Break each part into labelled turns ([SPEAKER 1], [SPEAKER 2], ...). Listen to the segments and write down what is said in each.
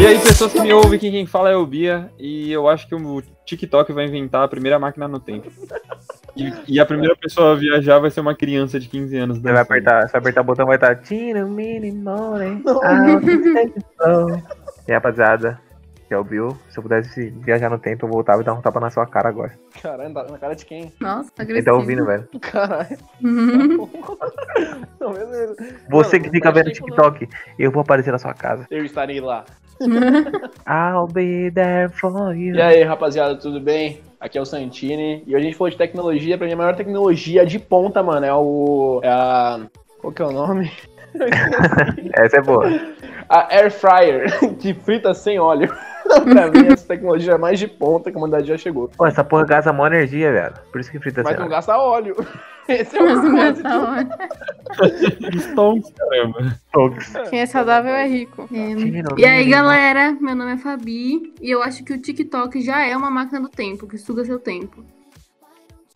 [SPEAKER 1] E aí, pessoas que me ouvem, aqui, quem fala é o Bia, e eu acho que o TikTok vai inventar a primeira máquina no tempo. E, e a primeira pessoa a viajar vai ser uma criança de 15 anos.
[SPEAKER 2] Você vai apertar, você vai apertar o botão, vai estar. Tira o mínimo, né? Ah, E aí, rapaziada, que é o Bill. Se eu pudesse viajar no tempo, eu voltava e dava um tapa na sua cara agora.
[SPEAKER 3] Caralho, tá na na cara de quem?
[SPEAKER 4] Nossa,
[SPEAKER 2] Ele
[SPEAKER 4] agressivo.
[SPEAKER 2] tá ouvindo, velho.
[SPEAKER 3] Caralho.
[SPEAKER 4] Uhum.
[SPEAKER 3] Não, beleza.
[SPEAKER 2] Você
[SPEAKER 3] Mano,
[SPEAKER 2] que fica
[SPEAKER 3] faz
[SPEAKER 2] vendo
[SPEAKER 3] tempo,
[SPEAKER 2] TikTok, eu vou aparecer na sua casa.
[SPEAKER 3] não. Eu estarei lá.
[SPEAKER 2] I'll be there for you.
[SPEAKER 3] E aí, rapaziada, tudo bem? Aqui é o Santini. E hoje a gente falou de tecnologia. Pra mim, a maior tecnologia de ponta, mano, é o. É a. Qual que é o nome?
[SPEAKER 2] Essa é boa.
[SPEAKER 3] A Air Fryer, que frita sem óleo. pra mim, essa tecnologia é mais de ponta que a humanidade já chegou.
[SPEAKER 2] Pô, essa porra gasta mó energia, velho. Por isso que frita
[SPEAKER 3] Mas
[SPEAKER 2] assim.
[SPEAKER 3] não
[SPEAKER 2] ó.
[SPEAKER 3] gasta óleo. Esse é
[SPEAKER 4] Mas tá
[SPEAKER 3] o
[SPEAKER 4] não
[SPEAKER 3] caso.
[SPEAKER 4] gasta óleo.
[SPEAKER 2] Tá
[SPEAKER 1] Stonks, caramba.
[SPEAKER 4] Quem é saudável é rico.
[SPEAKER 2] Tira o
[SPEAKER 4] E aí,
[SPEAKER 2] mínimo.
[SPEAKER 4] galera, meu nome é Fabi e eu acho que o TikTok já é uma máquina do tempo, que suga seu tempo.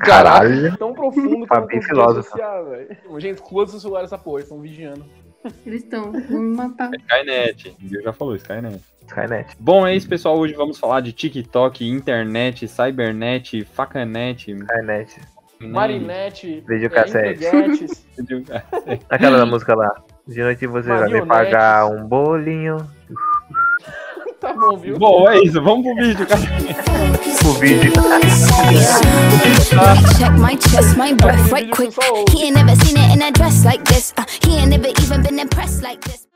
[SPEAKER 2] Caralho.
[SPEAKER 3] Tão profundo que
[SPEAKER 2] Tá
[SPEAKER 3] eu não
[SPEAKER 2] bem
[SPEAKER 3] consigo
[SPEAKER 2] filósofo.
[SPEAKER 3] associar, velho. Gente, exclua seu celular essa porra, eles estão vigiando.
[SPEAKER 4] Eles estão, vão me matar.
[SPEAKER 1] Skynet, eu já falou, Skynet.
[SPEAKER 2] Skynet.
[SPEAKER 1] Bom, é isso, pessoal. Hoje vamos falar de TikTok, internet, cybernet, facanet, né?
[SPEAKER 2] Skynet.
[SPEAKER 3] Marinette,
[SPEAKER 2] Videocassete.
[SPEAKER 3] é, Interjets,
[SPEAKER 2] Aquela da música lá. De noite você vai me
[SPEAKER 3] Marionetes.
[SPEAKER 2] pagar um bolinho.
[SPEAKER 3] Tá bom, viu?
[SPEAKER 1] Bom, é isso. Vamos pro vídeo, cara.
[SPEAKER 2] O vídeo.
[SPEAKER 5] Check my chest, my breath right quick. He ain't never seen it in a dress like this. Uh, he ain't never even been impressed like this.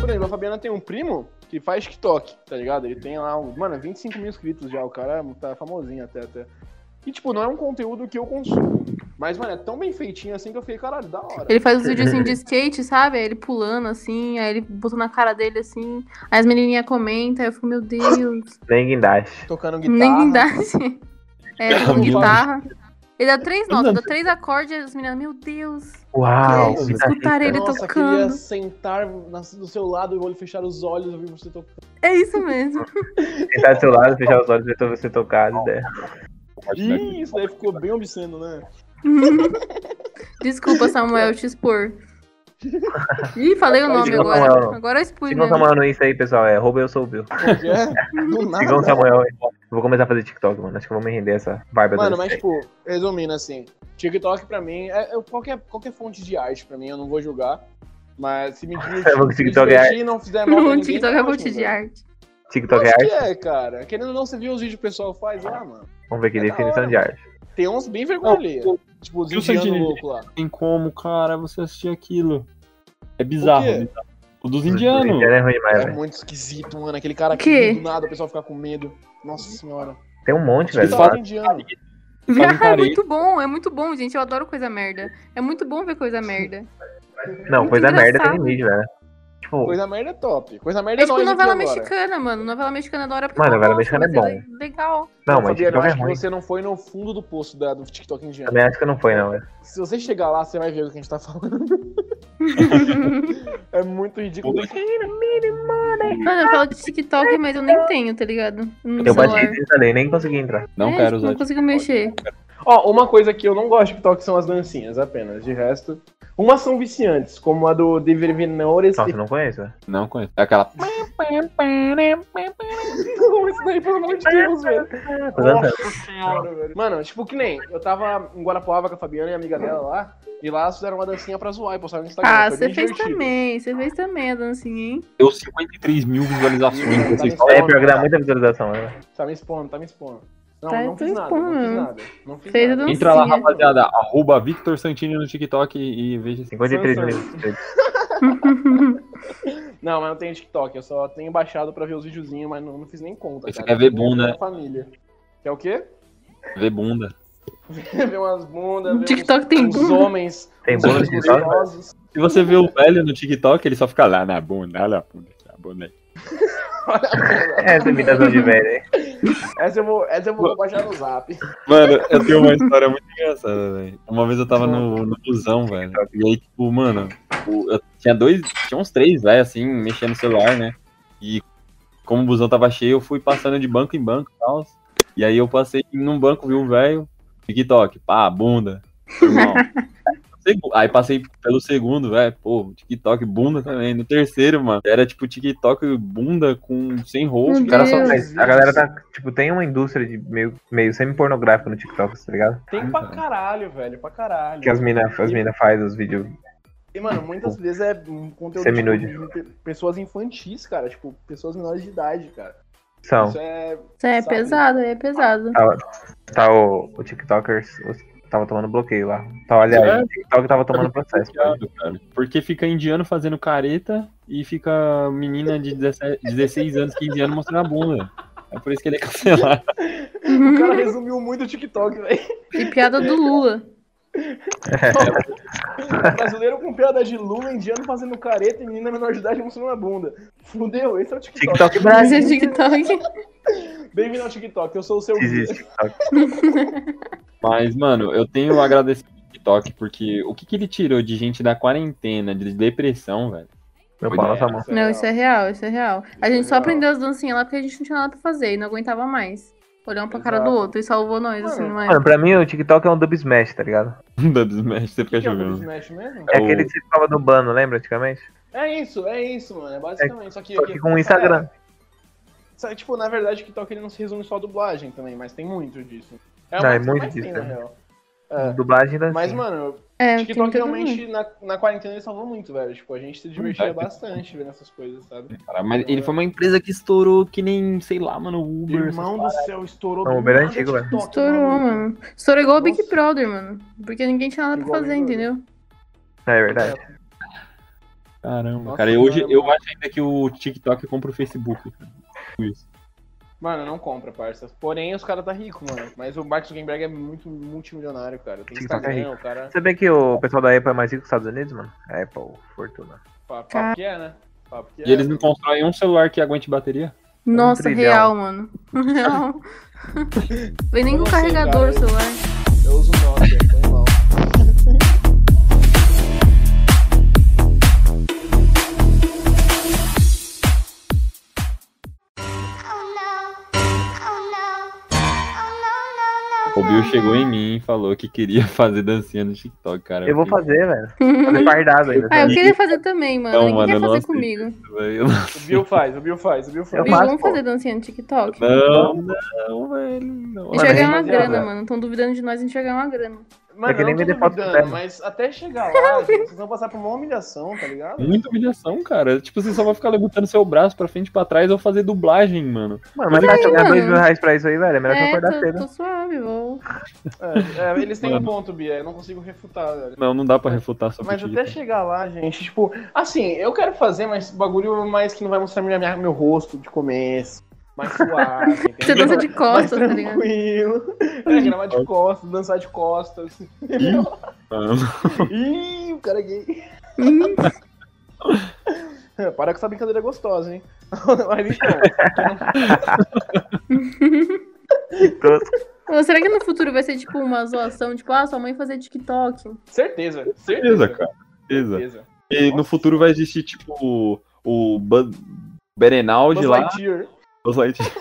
[SPEAKER 3] Por exemplo, a Fabiana tem um primo que faz TikTok, tá ligado? Ele tem lá, um- mano, 25 mil inscritos já, o cara tá famosinho até, até. E, tipo, não é um conteúdo que eu consumo. Mas, mano, é tão bem feitinho assim que eu fiquei, caralho, da hora.
[SPEAKER 4] Ele faz os vídeos assim de skate, sabe? Aí ele pulando assim, aí ele botou na cara dele assim, aí as menininhas comentam, aí eu fico, meu Deus,
[SPEAKER 2] Nem guindaste.
[SPEAKER 3] Tocando guitarra.
[SPEAKER 4] nem guindaste. É,
[SPEAKER 1] Caramba.
[SPEAKER 4] com guitarra. Ele dá três notas, dá três acordes, aí as meninas, meu Deus,
[SPEAKER 2] Uau. né?
[SPEAKER 4] Que isso,
[SPEAKER 2] guitarrista.
[SPEAKER 4] escutar ele
[SPEAKER 3] Nossa, eu
[SPEAKER 4] tocando.
[SPEAKER 3] queria sentar na- do seu lado e olho fechar os olhos e ouvir você tocando.
[SPEAKER 4] é isso mesmo.
[SPEAKER 2] Sentar do seu lado, fechar os olhos, ver se você tocar. Né?
[SPEAKER 3] Ih, isso daí ficou bem obsceno, né?
[SPEAKER 4] Uhum. Desculpa, Samuel, te expor. Ih, falei o nome
[SPEAKER 2] Sigam o
[SPEAKER 4] agora.
[SPEAKER 2] Samuel.
[SPEAKER 4] Agora eu expus né?
[SPEAKER 2] Sigam o
[SPEAKER 4] mesmo.
[SPEAKER 2] Samuel no Insta aí, pessoal. É rouba eu sou o Bill.
[SPEAKER 3] Porque é do
[SPEAKER 2] Sigam o
[SPEAKER 3] nada.
[SPEAKER 2] Samuel aí. Vou começar a fazer TikTok, mano. Acho que eu vou me render essa vibe
[SPEAKER 3] Mano,
[SPEAKER 2] adolescente.
[SPEAKER 3] mas, tipo, resumindo assim, TikTok pra mim, é, é qualquer, qualquer fonte de arte pra mim, eu não vou julgar. Mas se me divertir,
[SPEAKER 2] Eu vou que
[SPEAKER 3] se me
[SPEAKER 2] TikTok é
[SPEAKER 3] divertir e não fizer mal pra
[SPEAKER 4] O
[SPEAKER 3] ninguém,
[SPEAKER 4] TikTok é
[SPEAKER 3] tá
[SPEAKER 4] fonte
[SPEAKER 3] ótimo,
[SPEAKER 4] de
[SPEAKER 3] velho.
[SPEAKER 4] arte.
[SPEAKER 2] TikTok é
[SPEAKER 3] Acho
[SPEAKER 2] arte.
[SPEAKER 3] que é, cara. Querendo ou não, você viu os vídeos que o pessoal faz lá, mano.
[SPEAKER 2] Vamos ver aqui,
[SPEAKER 3] É da
[SPEAKER 2] definição
[SPEAKER 3] hora,
[SPEAKER 2] de arte.
[SPEAKER 3] Tem uns bem vergonha alheia.
[SPEAKER 1] pô,
[SPEAKER 3] Tipo, os
[SPEAKER 1] viu o
[SPEAKER 3] indianos
[SPEAKER 1] Santini?
[SPEAKER 3] loucos lá.
[SPEAKER 1] Tem como, cara, você assistir aquilo. É bizarro.
[SPEAKER 3] O quê?
[SPEAKER 1] O, bizarro. o dos indianos.
[SPEAKER 2] Indiano é ruim demais,
[SPEAKER 3] É
[SPEAKER 2] velho.
[SPEAKER 3] muito esquisito, mano. Aquele cara que
[SPEAKER 4] Que?
[SPEAKER 3] do nada o pessoal fica com medo. Nossa senhora.
[SPEAKER 2] Tem um monte, velho.
[SPEAKER 3] TikTok
[SPEAKER 1] fazem-
[SPEAKER 3] indiano.
[SPEAKER 2] Tá
[SPEAKER 1] Fazem
[SPEAKER 4] é
[SPEAKER 1] parede.
[SPEAKER 4] muito bom, é muito bom, gente. Eu adoro coisa merda. É muito bom ver coisa merda.
[SPEAKER 2] Não,
[SPEAKER 4] muito
[SPEAKER 2] coisa merda tem
[SPEAKER 4] engraçado.
[SPEAKER 2] vídeo, velho. Tipo,
[SPEAKER 3] Coisa merda é top. Coisa merda
[SPEAKER 4] É
[SPEAKER 3] é,
[SPEAKER 4] tipo
[SPEAKER 3] nós aqui
[SPEAKER 4] novela
[SPEAKER 3] agora.
[SPEAKER 4] mexicana, mano. Novela mexicana da hora porque
[SPEAKER 2] Mano,
[SPEAKER 4] eu
[SPEAKER 2] novela
[SPEAKER 4] gosto,
[SPEAKER 2] mexicana é
[SPEAKER 4] mas le- Legal.
[SPEAKER 2] não, mas
[SPEAKER 3] Fabiano, eu
[SPEAKER 2] TikTok é
[SPEAKER 3] acho
[SPEAKER 2] ruim.
[SPEAKER 3] que você não foi no fundo do poço da, do TikTok indiano.
[SPEAKER 2] Também acho que não foi, não, velho.
[SPEAKER 3] Se você chegar lá, você vai ver o que a gente tá falando. é muito ridículo.
[SPEAKER 4] Mano, eu falo de TikTok, mas eu nem tenho, tá ligado? No
[SPEAKER 2] Eu bati
[SPEAKER 4] celular.
[SPEAKER 2] e desinstalei, nem consegui entrar.
[SPEAKER 1] Não
[SPEAKER 4] É,
[SPEAKER 1] quero
[SPEAKER 4] tipo,
[SPEAKER 1] usar.
[SPEAKER 4] Não consigo mexer.
[SPEAKER 3] Ó, uma coisa que eu não gosto de TikTok são as dancinhas, apenas. De resto, umas são viciantes, como a do Divinores.
[SPEAKER 2] Nossa, eu não conheço, velho.
[SPEAKER 1] Não conheço. É aquela.
[SPEAKER 3] Como isso daí, pelo amor de Deus, velho.
[SPEAKER 2] Tô dançando.
[SPEAKER 3] Senhora, velho. Mano, tipo que nem, eu tava em Guarapuava com a Fabiana e a amiga dela lá, e lá elas fizeram uma dancinha pra zoar e postaram no Instagram.
[SPEAKER 4] Ah,
[SPEAKER 3] Tá, foi
[SPEAKER 4] você
[SPEAKER 3] bem
[SPEAKER 4] fez
[SPEAKER 3] divertido.
[SPEAKER 4] também. Você fez também a dancinha, hein?
[SPEAKER 1] Deu 53 mil visualizações. Vocês falam.
[SPEAKER 2] É, pior que dá muita visualização, né?
[SPEAKER 3] Tá me expondo, tá me expondo. Não,
[SPEAKER 4] Tá,
[SPEAKER 3] não
[SPEAKER 4] tô
[SPEAKER 3] fiz nada, não fiz
[SPEAKER 4] expondo.
[SPEAKER 3] nada. Não fiz
[SPEAKER 4] Fez a
[SPEAKER 3] nada.
[SPEAKER 4] dancinha.
[SPEAKER 1] Entra lá, rapaziada. Arroba Victor Santini no TikTok e, e veja.
[SPEAKER 2] 53
[SPEAKER 3] Sansão.
[SPEAKER 2] mil.
[SPEAKER 3] Não, mas não tenho TikTok, eu só tenho baixado pra ver os videozinhos, mas não, não fiz nem conta.
[SPEAKER 1] Aí você
[SPEAKER 3] cara.
[SPEAKER 1] quer ver
[SPEAKER 3] Eu tenho
[SPEAKER 1] bunda,
[SPEAKER 3] minha
[SPEAKER 1] né?
[SPEAKER 3] Família. Quer o quê?
[SPEAKER 1] Vê bunda.
[SPEAKER 3] ver umas bundas, ver
[SPEAKER 4] TikTok
[SPEAKER 3] uns,
[SPEAKER 4] tem
[SPEAKER 3] uns
[SPEAKER 4] bunda?
[SPEAKER 3] homens,
[SPEAKER 2] Tem
[SPEAKER 3] uns
[SPEAKER 2] bunda no
[SPEAKER 3] homens
[SPEAKER 2] TikTok?
[SPEAKER 3] gostosos.
[SPEAKER 1] Se você vê o velho no TikTok, ele só fica lá na bunda. Olha a bunda. A bunda.
[SPEAKER 3] Olha a bunda.
[SPEAKER 2] É, essa imitação de velho, hein?
[SPEAKER 3] Essa eu vou, essa eu vou baixar no zap.
[SPEAKER 1] Mano, eu tenho uma história muito engraçada, velho. Uma vez eu tava no, no busão, velho. E aí, tipo, mano, o- eu tinha dois, tinha uns três, velho, assim, mexendo no celular, né? E como o busão tava cheio, eu fui passando de banco em banco e tal. E aí eu passei num banco, vi um velho, TikTok, pá, bunda. Irmão, segu- Aí passei pelo segundo, velho. Pô, TikTok bunda também. No terceiro, mano, era tipo TikTok bunda com sem roupa.
[SPEAKER 4] Meu
[SPEAKER 2] Os caras
[SPEAKER 4] Deus.
[SPEAKER 2] são. mas A galera tá. Tipo, tem uma indústria de meio, meio semi-pornográfica no TikTok, tá ligado?
[SPEAKER 3] Tem pra caralho, velho, pra caralho.
[SPEAKER 2] Que as minas as mina fazem Tipo, os vídeos.
[SPEAKER 3] E, mano, muitas vezes é um conteúdo
[SPEAKER 2] Seminude.
[SPEAKER 3] tipo, de pe- pessoas infantis, cara. Tipo, pessoas menores de idade, cara.
[SPEAKER 2] São.
[SPEAKER 3] Isso é.
[SPEAKER 4] Isso aí é
[SPEAKER 3] Sabe?
[SPEAKER 4] pesado, aí é pesado.
[SPEAKER 2] Tava, tá o, o TikTokers. os- tava tomando bloqueio lá. Tá, aliás,
[SPEAKER 1] É.
[SPEAKER 2] o TikTok tava tomando processo.
[SPEAKER 1] Obrigado, cara. Porque fica indiano fazendo careta e fica menina de 17 16 anos, 15 anos mostrando a bunda. É por isso que ele é cancelado.
[SPEAKER 3] O
[SPEAKER 2] Uhum.
[SPEAKER 3] cara resumiu muito o TikTok, velho.
[SPEAKER 4] E piada do Lula.
[SPEAKER 2] É.
[SPEAKER 3] Brasileiro com piada de Lula, indiano fazendo careta e menina menor de idade mostrando a bunda. Fudeu, esse é o TikTok.
[SPEAKER 2] TikTok
[SPEAKER 4] Brasil TikTok.
[SPEAKER 3] Bem-vindo ao TikTok, eu sou o seu.
[SPEAKER 2] Existe TikTok.
[SPEAKER 1] Mas, mano, eu tenho a agradecer ao TikTok, porque o que, que ele tirou de gente da quarentena, de depressão, velho?
[SPEAKER 2] Meu pau na sua mão.
[SPEAKER 4] Não, isso é real, isso é real. A gente só
[SPEAKER 3] real.
[SPEAKER 4] aprendeu as dancinhas lá porque a gente não tinha nada pra fazer e não aguentava mais. Olhar um pra cara do
[SPEAKER 3] Exato.
[SPEAKER 4] outro e salvou nós,
[SPEAKER 3] Mano,
[SPEAKER 4] assim, não é?
[SPEAKER 2] Mano, pra mim o TikTok é um dub smash, tá ligado?
[SPEAKER 1] Dub Smash, você
[SPEAKER 3] Que
[SPEAKER 1] fica
[SPEAKER 3] que é o
[SPEAKER 1] jogando.
[SPEAKER 3] Smash mesmo?
[SPEAKER 2] É
[SPEAKER 1] o-
[SPEAKER 2] aquele que você ficava no bano, lembra antigamente?
[SPEAKER 3] É isso, é isso, mano. É basicamente. Só que,
[SPEAKER 2] Só que com o Instagram.
[SPEAKER 3] Sabe, tipo, na verdade, o TikTok ele não se resume só à dublagem também, mas tem muito disso.
[SPEAKER 2] Ah,
[SPEAKER 3] uma
[SPEAKER 2] é
[SPEAKER 3] coisa
[SPEAKER 2] muito
[SPEAKER 3] mais
[SPEAKER 2] disso,
[SPEAKER 3] tem, na
[SPEAKER 2] né?
[SPEAKER 3] real. É.
[SPEAKER 2] Dublagem da.
[SPEAKER 3] Mas, mano,
[SPEAKER 4] É,
[SPEAKER 3] o TikTok
[SPEAKER 4] tem tudo
[SPEAKER 3] realmente na, na quarentena ele salvou muito, velho. Tipo, a gente se divertia bastante vendo essas coisas, sabe?
[SPEAKER 1] Cara, mas ele foi uma empresa que estourou que nem, sei lá, mano, Uber.
[SPEAKER 3] Irmão do céu, estourou
[SPEAKER 2] Não,
[SPEAKER 3] do
[SPEAKER 2] o Uber é
[SPEAKER 3] nada
[SPEAKER 2] antigo,
[SPEAKER 3] o
[SPEAKER 2] velho.
[SPEAKER 4] bem.
[SPEAKER 3] TikTok,
[SPEAKER 4] Estourou,
[SPEAKER 3] maluco.
[SPEAKER 4] mano. Estourou igual o Big
[SPEAKER 3] né, Nossa.
[SPEAKER 4] Brother, mano. Porque ninguém tinha nada pra
[SPEAKER 3] Igual o
[SPEAKER 4] fazer,
[SPEAKER 3] Big Brother.
[SPEAKER 4] entendeu?
[SPEAKER 2] É verdade.
[SPEAKER 1] Caramba,
[SPEAKER 3] Nossa,
[SPEAKER 1] cara, e hoje
[SPEAKER 3] mano.
[SPEAKER 1] eu acho ainda que o TikTok compra o Facebook. Cara. Isso.
[SPEAKER 3] Mano, não compra, parça. Porém, os caras tá rico, mano. Mas o Mark Zuckerberg é muito multimilionário, cara. Tem
[SPEAKER 2] TikTok é
[SPEAKER 3] Instagram,
[SPEAKER 2] rico.
[SPEAKER 3] o cara.
[SPEAKER 2] Sabia que o pessoal da Apple é mais rico dos Estados Unidos, mano? Apple, fortuna.
[SPEAKER 3] Papo papo que é, né? Papo que
[SPEAKER 1] E
[SPEAKER 3] é.
[SPEAKER 1] eles não constroem um celular que aguente bateria?
[SPEAKER 4] Nossa,
[SPEAKER 2] Um trilhão.
[SPEAKER 4] real, mano. Um Real. Vem nem
[SPEAKER 3] Eu
[SPEAKER 4] com
[SPEAKER 3] não
[SPEAKER 4] o
[SPEAKER 3] sei,
[SPEAKER 4] carregador
[SPEAKER 3] cara.
[SPEAKER 4] o celular.
[SPEAKER 3] Eu uso o Nokia, foi mal.
[SPEAKER 1] O Bill chegou em mim e falou que queria fazer dancinha no TikTok, cara.
[SPEAKER 2] Eu vou
[SPEAKER 1] fiquei-
[SPEAKER 2] fazer, velho. Fazer pardado ainda.
[SPEAKER 4] Ah, eu
[SPEAKER 2] sabe?
[SPEAKER 4] queria fazer também, mano.
[SPEAKER 1] Não,
[SPEAKER 4] Ninguém
[SPEAKER 1] mano, eu
[SPEAKER 4] quer
[SPEAKER 1] não
[SPEAKER 4] fazer
[SPEAKER 1] aceito.
[SPEAKER 4] comigo.
[SPEAKER 1] Eu
[SPEAKER 3] O Bill faz, o Bill faz, o Bill faz.
[SPEAKER 2] Eu
[SPEAKER 4] Viu,
[SPEAKER 2] faço,
[SPEAKER 4] vamos
[SPEAKER 2] pô.
[SPEAKER 4] fazer dancinha no TikTok?
[SPEAKER 1] Não, não, velho. Não.
[SPEAKER 4] A gente vai ganhar uma
[SPEAKER 3] Mas,
[SPEAKER 1] né?
[SPEAKER 4] grana,
[SPEAKER 3] rapaziada.
[SPEAKER 4] mano. Estão duvidando de nós, a gente vai ganhar uma grana.
[SPEAKER 3] Mano,
[SPEAKER 2] é que nem
[SPEAKER 3] eu não tô
[SPEAKER 2] vender foto do
[SPEAKER 3] duvidando,
[SPEAKER 2] Teto.
[SPEAKER 3] mas até chegar lá, gente, vocês vão passar por uma humilhação, tá ligado?
[SPEAKER 1] Muita humilhação, cara. Tipo, você só vai ficar levantando seu braço pra frente e pra trás ou fazer dublagem, mano.
[SPEAKER 2] Mano, mas tá jogando
[SPEAKER 4] mano.
[SPEAKER 2] 2 mil reais pra isso aí, velho. É melhor que eu
[SPEAKER 4] É,
[SPEAKER 2] acordar
[SPEAKER 4] tô,
[SPEAKER 2] cedo.
[SPEAKER 4] tô suave, vou.
[SPEAKER 3] É, é, eles têm um
[SPEAKER 1] Mano.
[SPEAKER 3] ponto, Bia, eu não consigo refutar, velho.
[SPEAKER 1] Não, não dá pra refutar sobre
[SPEAKER 3] Mas
[SPEAKER 1] o
[SPEAKER 3] até
[SPEAKER 1] TikTok.
[SPEAKER 3] chegar lá, gente, tipo, assim, eu quero fazer, mas bagulho mais que não vai mostrar minha, minha- meu rosto de começo. Mais suave. entendeu?
[SPEAKER 4] Você dança de
[SPEAKER 3] mais
[SPEAKER 4] costas, tá ligado?
[SPEAKER 3] tranquilo. É, gravar de costas, dançar de costas.
[SPEAKER 1] Mano,
[SPEAKER 3] Ih, o cara é gay.
[SPEAKER 4] Hum,
[SPEAKER 3] Para com essa brincadeira gostosa, hein? Mas então,
[SPEAKER 4] ou será que no futuro vai ser tipo uma zoação? Tipo, ah, sua mãe fazer TikTok?
[SPEAKER 3] certeza, certeza.
[SPEAKER 1] Certeza, cara. Certeza.
[SPEAKER 3] Certeza.
[SPEAKER 1] E no futuro vai existir, tipo, o, o Bud... Berenaldi
[SPEAKER 3] Buzz
[SPEAKER 1] lá.
[SPEAKER 3] Lightyear.
[SPEAKER 1] Buzz Lightyear.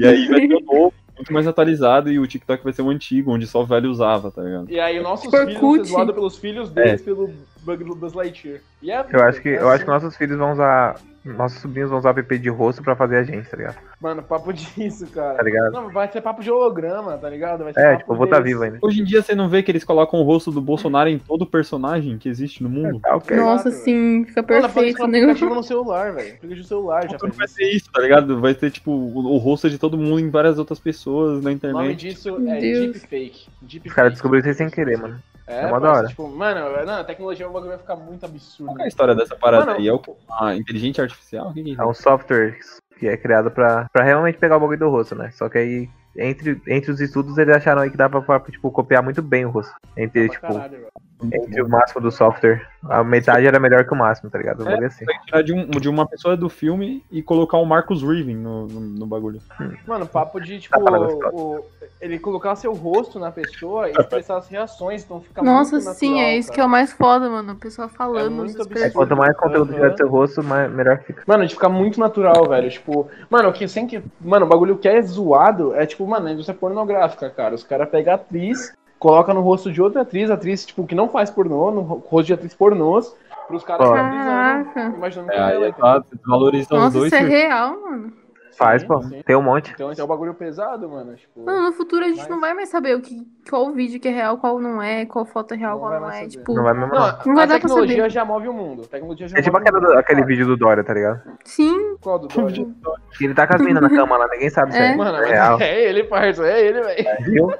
[SPEAKER 1] e aí vai ter um novo, muito mais atualizado, e o TikTok vai ser o antigo, onde só o velho usava, tá ligado?
[SPEAKER 3] E aí nossos
[SPEAKER 4] Tipo,
[SPEAKER 3] filhos
[SPEAKER 4] Orkut.
[SPEAKER 3] vão ser zoados pelos filhos deles pelo bug do Buzz Lightyear. E é
[SPEAKER 2] É.
[SPEAKER 3] a
[SPEAKER 2] Eu
[SPEAKER 3] vida,
[SPEAKER 2] acho que, eu
[SPEAKER 3] é
[SPEAKER 2] acho que nossos filhos vão usar. Nossos sobrinhos vão usar app de rosto pra fazer a gente, tá ligado?
[SPEAKER 3] assim. Mano, papo disso,
[SPEAKER 2] Tá
[SPEAKER 3] cara.
[SPEAKER 2] ligado?
[SPEAKER 3] Não, vai ser papo de holograma, tá ligado? Vai ser
[SPEAKER 2] É,
[SPEAKER 3] papo
[SPEAKER 2] tipo, eu vou estar
[SPEAKER 3] desse.
[SPEAKER 2] vivo ainda.
[SPEAKER 1] Hoje em dia você não vê que eles colocam o rosto do Bolsonaro em todo personagem que existe no mundo?
[SPEAKER 2] Tá ok.
[SPEAKER 4] Nossa,
[SPEAKER 3] velho.
[SPEAKER 4] sim, fica
[SPEAKER 3] Mano, dá pra
[SPEAKER 4] perfeito
[SPEAKER 3] colocar
[SPEAKER 4] o
[SPEAKER 3] um
[SPEAKER 4] negócio.
[SPEAKER 3] aplicativo no celular, velho. Aplicativo no celular já
[SPEAKER 1] Não vai
[SPEAKER 3] faz isso.
[SPEAKER 1] ser isso, tá ligado? Vai ter, tipo, o, o rosto de todo mundo em várias outras pessoas na
[SPEAKER 3] O nome
[SPEAKER 1] internet.
[SPEAKER 3] disso
[SPEAKER 4] Meu
[SPEAKER 3] é
[SPEAKER 4] Deus.
[SPEAKER 3] deepfake. deepfake.
[SPEAKER 2] Os caras descobriram isso aí sem querer, mano.
[SPEAKER 3] É,
[SPEAKER 2] É mó da
[SPEAKER 3] parça,
[SPEAKER 2] hora.
[SPEAKER 3] Tipo, mano, não, a tecnologia o bagulho vai ficar muito absurdo.
[SPEAKER 1] Qual que é a história dessa parada
[SPEAKER 3] Mano,
[SPEAKER 1] aí? É o, a inteligência artificial? O que que é isso?
[SPEAKER 2] É um software que é criado pra, pra realmente pegar o bagulho do rosto, né? Só que aí, entre, entre os estudos, eles acharam aí que dá pra, pra, tipo, copiar muito bem o rosto. Entre,
[SPEAKER 3] pra
[SPEAKER 2] tipo,
[SPEAKER 3] caralho, velho.
[SPEAKER 1] É
[SPEAKER 2] entre o máximo do software. A metade era melhor que o máximo, tá ligado? Um bagulho assim.
[SPEAKER 1] Vai tirar de, um- de uma pessoa do filme e colocar o Marcus Riven no, no, no bagulho.
[SPEAKER 3] Mano, papo de, tipo,
[SPEAKER 2] Tá falando isso,
[SPEAKER 3] o- ele colocar seu rosto na pessoa e expressar as reações, então fica
[SPEAKER 4] Nossa,
[SPEAKER 3] muito natural,
[SPEAKER 4] sim, é isso
[SPEAKER 3] cara.
[SPEAKER 4] que é o mais foda, mano. O pessoal
[SPEAKER 3] É
[SPEAKER 4] falando.
[SPEAKER 3] muito
[SPEAKER 4] esses
[SPEAKER 3] absurdo.
[SPEAKER 2] Aí
[SPEAKER 4] perfis.
[SPEAKER 2] quanto mais conteúdo tiver do seu rosto, mais, melhor fica.
[SPEAKER 3] Mano, de ficar muito natural, velho. Tipo, mano, o que sem é que. Mano, o bagulho que é zoado é tipo, mano, a indústria pornográfica, cara. Os caras pegam a atriz coloca no rosto de outra atriz, atriz, tipo, que não faz pornô, no ro- rosto de atriz pornôs, pros caras
[SPEAKER 2] Ó.
[SPEAKER 3] ficarem
[SPEAKER 4] Caraca.
[SPEAKER 3] imaginando que
[SPEAKER 1] É, aí
[SPEAKER 3] ela,
[SPEAKER 1] é claro, você valoriza os
[SPEAKER 4] Nossa,
[SPEAKER 1] dois.
[SPEAKER 4] isso é real, mano.
[SPEAKER 2] Faz,
[SPEAKER 3] Sim,
[SPEAKER 2] pô.
[SPEAKER 3] sim.
[SPEAKER 2] Tem um monte.
[SPEAKER 3] Então esse é um bagulho pesado, mano. Tipo,
[SPEAKER 4] Mano, no futuro a gente
[SPEAKER 3] Mas-
[SPEAKER 4] não vai mais saber o que, qual vídeo que é real, qual não é, qual foto é real,
[SPEAKER 3] Não
[SPEAKER 4] qual
[SPEAKER 3] vai
[SPEAKER 4] não é.
[SPEAKER 3] mais saber.
[SPEAKER 4] Tipo,
[SPEAKER 2] Não vai mesmo, não.
[SPEAKER 3] a-
[SPEAKER 4] Não vai
[SPEAKER 3] a
[SPEAKER 4] dar pra
[SPEAKER 3] tecnologia
[SPEAKER 4] saber.
[SPEAKER 3] já move o mundo. A tecnologia já
[SPEAKER 2] É tipo
[SPEAKER 3] move o
[SPEAKER 2] aquela
[SPEAKER 3] mundo.
[SPEAKER 2] do- aquele vídeo do Dória, tá ligado?
[SPEAKER 4] sim,
[SPEAKER 3] Qual do Dória?
[SPEAKER 2] Que ele tá com as meninas na cama lá, ninguém sabe se é,
[SPEAKER 4] É.
[SPEAKER 3] Mano,
[SPEAKER 2] é
[SPEAKER 3] mas
[SPEAKER 2] real.
[SPEAKER 3] é ele, parça. É ele, velho.
[SPEAKER 2] Viu?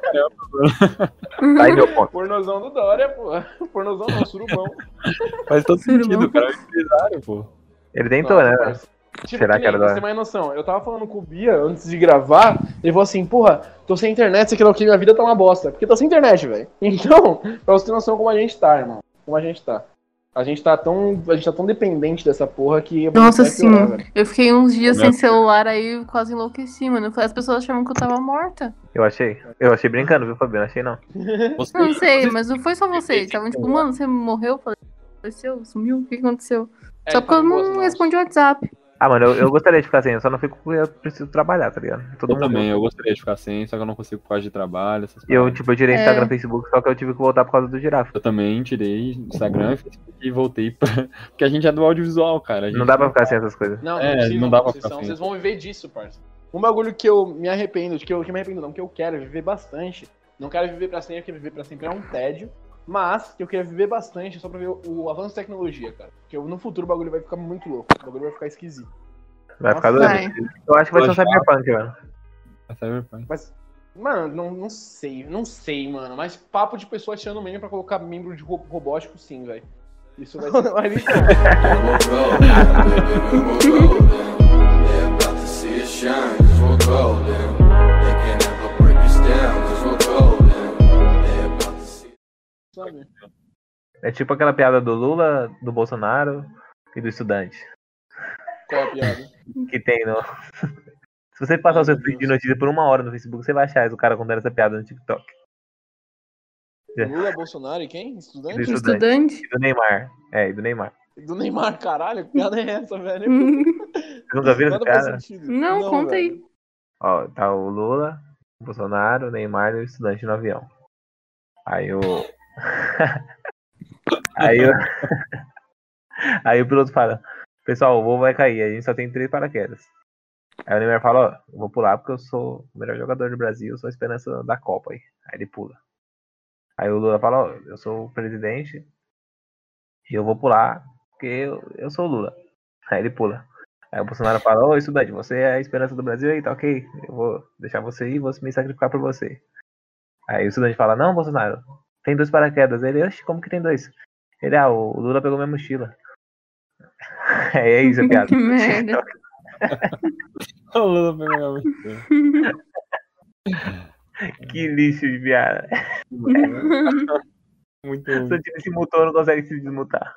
[SPEAKER 2] Tá aí meu ponto.
[SPEAKER 3] Pornozão do Dória, pô. Pornozão não, surubão.
[SPEAKER 1] Faz todo
[SPEAKER 4] Sério,
[SPEAKER 1] sentido,
[SPEAKER 4] não?
[SPEAKER 1] o cara é um empresário, pô.
[SPEAKER 2] Ele tentou,
[SPEAKER 3] Nossa,
[SPEAKER 2] né?
[SPEAKER 3] parça. Tipo,
[SPEAKER 2] Será que
[SPEAKER 3] nem,
[SPEAKER 2] era
[SPEAKER 3] pra
[SPEAKER 2] da-
[SPEAKER 3] você ter mais noção, eu tava falando com o Bia antes de gravar, ele falou assim, porra, tô sem internet, sei que não, que minha vida tá uma bosta. Porque tá sem internet, velho. Então, pra você ter noção como a gente tá, irmão. Como a gente tá. A gente tá tão, a gente tá tão dependente dessa porra que...
[SPEAKER 4] Nossa,
[SPEAKER 3] vai piorar,
[SPEAKER 4] sim.
[SPEAKER 3] velho.
[SPEAKER 4] eu fiquei uns dias
[SPEAKER 1] Né?
[SPEAKER 4] sem celular aí, eu quase enlouqueci, mano. As pessoas achavam que eu tava morta.
[SPEAKER 2] Eu achei. Eu achei brincando, viu, Fabiano? Achei não.
[SPEAKER 1] Você-
[SPEAKER 4] Não sei, mas não foi só você. Estavam tipo, mano, você morreu? Faleceu? Sumiu? O que aconteceu?
[SPEAKER 3] É,
[SPEAKER 4] Só
[SPEAKER 3] ele
[SPEAKER 4] porque eu
[SPEAKER 3] tá em boas
[SPEAKER 4] não
[SPEAKER 3] mãos.
[SPEAKER 4] respondi o WhatsApp.
[SPEAKER 2] Ah, mano, eu, eu gostaria de ficar sem, eu só não fico porque eu preciso trabalhar, tá ligado? Todo
[SPEAKER 1] Eu
[SPEAKER 2] mundo.
[SPEAKER 1] também, eu gostaria de ficar sem, só que eu não consigo por causa de trabalho, essas
[SPEAKER 2] E Eu,
[SPEAKER 1] paradas.
[SPEAKER 2] tipo, eu tirei
[SPEAKER 4] É.
[SPEAKER 2] Instagram e Facebook, só que eu tive que voltar por causa do girafa.
[SPEAKER 1] Eu também tirei
[SPEAKER 2] Uhum.
[SPEAKER 1] Instagram Facebook e voltei pra... Porque a gente é do audiovisual, cara. a gente
[SPEAKER 2] Não dá pra ficar sem essas coisas.
[SPEAKER 3] Não,
[SPEAKER 1] É,
[SPEAKER 3] não, precisa,
[SPEAKER 1] não dá pra
[SPEAKER 3] vocês,
[SPEAKER 1] ficar
[SPEAKER 3] são-
[SPEAKER 1] sem.
[SPEAKER 3] vocês vão viver disso, parça. Um bagulho que eu me arrependo, de que eu que me arrependo não, que eu quero é viver bastante. Não quero viver pra sempre, porque viver pra sempre é um tédio. Mas que eu queria viver bastante só pra ver o, o avanço da tecnologia, cara. Porque no futuro o bagulho vai ficar muito louco. O bagulho vai ficar esquisito.
[SPEAKER 2] Vai ficar
[SPEAKER 3] Nossa,
[SPEAKER 2] doido.
[SPEAKER 4] Vai.
[SPEAKER 2] Eu acho que vai ser um
[SPEAKER 1] Pode
[SPEAKER 2] cyberpunk, mano.
[SPEAKER 1] É cyberpunk.
[SPEAKER 3] Mas, mano, não, não sei, não sei, mano. Mas papo de pessoa tirando meme pra colocar membro de ro- robótico, sim, velho. Isso vai ser. Mas, então, sabe?
[SPEAKER 2] É tipo aquela piada do Lula, do Bolsonaro e do estudante.
[SPEAKER 3] Qual é a piada?
[SPEAKER 2] Que tem no. Se você passar o seu
[SPEAKER 3] Meu
[SPEAKER 2] feed de
[SPEAKER 3] Deus.
[SPEAKER 2] notícia por uma hora no Facebook, você vai achar o cara contando essa piada no TikTok. É.
[SPEAKER 3] Lula, Bolsonaro e quem? Estudante?
[SPEAKER 2] Estudante.
[SPEAKER 4] Estudante?
[SPEAKER 2] E do Neymar. É, e do Neymar.
[SPEAKER 3] Do Neymar, caralho, que piada é essa, velho?
[SPEAKER 2] Vocês nunca viram esse
[SPEAKER 3] Nada faz
[SPEAKER 2] cara?
[SPEAKER 3] sentido.
[SPEAKER 4] Não, conta
[SPEAKER 3] velho.
[SPEAKER 4] aí.
[SPEAKER 2] Ó, tá o Lula, o Bolsonaro, o Neymar e o estudante no avião. Aí o. aí o. aí o piloto fala, pessoal, o voo vai cair, a gente só tem três paraquedas. Aí o Neymar fala, ó, eu vou pular porque eu sou o melhor jogador do Brasil, sou a esperança da Copa aí. Aí ele pula. Aí o Lula fala, ó, eu sou o presidente e eu vou pular porque eu, eu sou o Lula. Aí ele pula. Aí o Bolsonaro fala, ô estudante, você é a esperança do Brasil aí, tá ok? Eu vou deixar você ir, vou me sacrificar por você. Aí o estudante fala, não, Bolsonaro, tem dois paraquedas. Ele, oxe, como que tem dois? Ele, ah, o Lula pegou minha mochila. é isso, é piada.
[SPEAKER 4] Que merda.
[SPEAKER 1] O Lula pegou minha mochila.
[SPEAKER 2] que lixo de piada.
[SPEAKER 1] Muito
[SPEAKER 2] Seu time se mutou, não consegue se desmutar.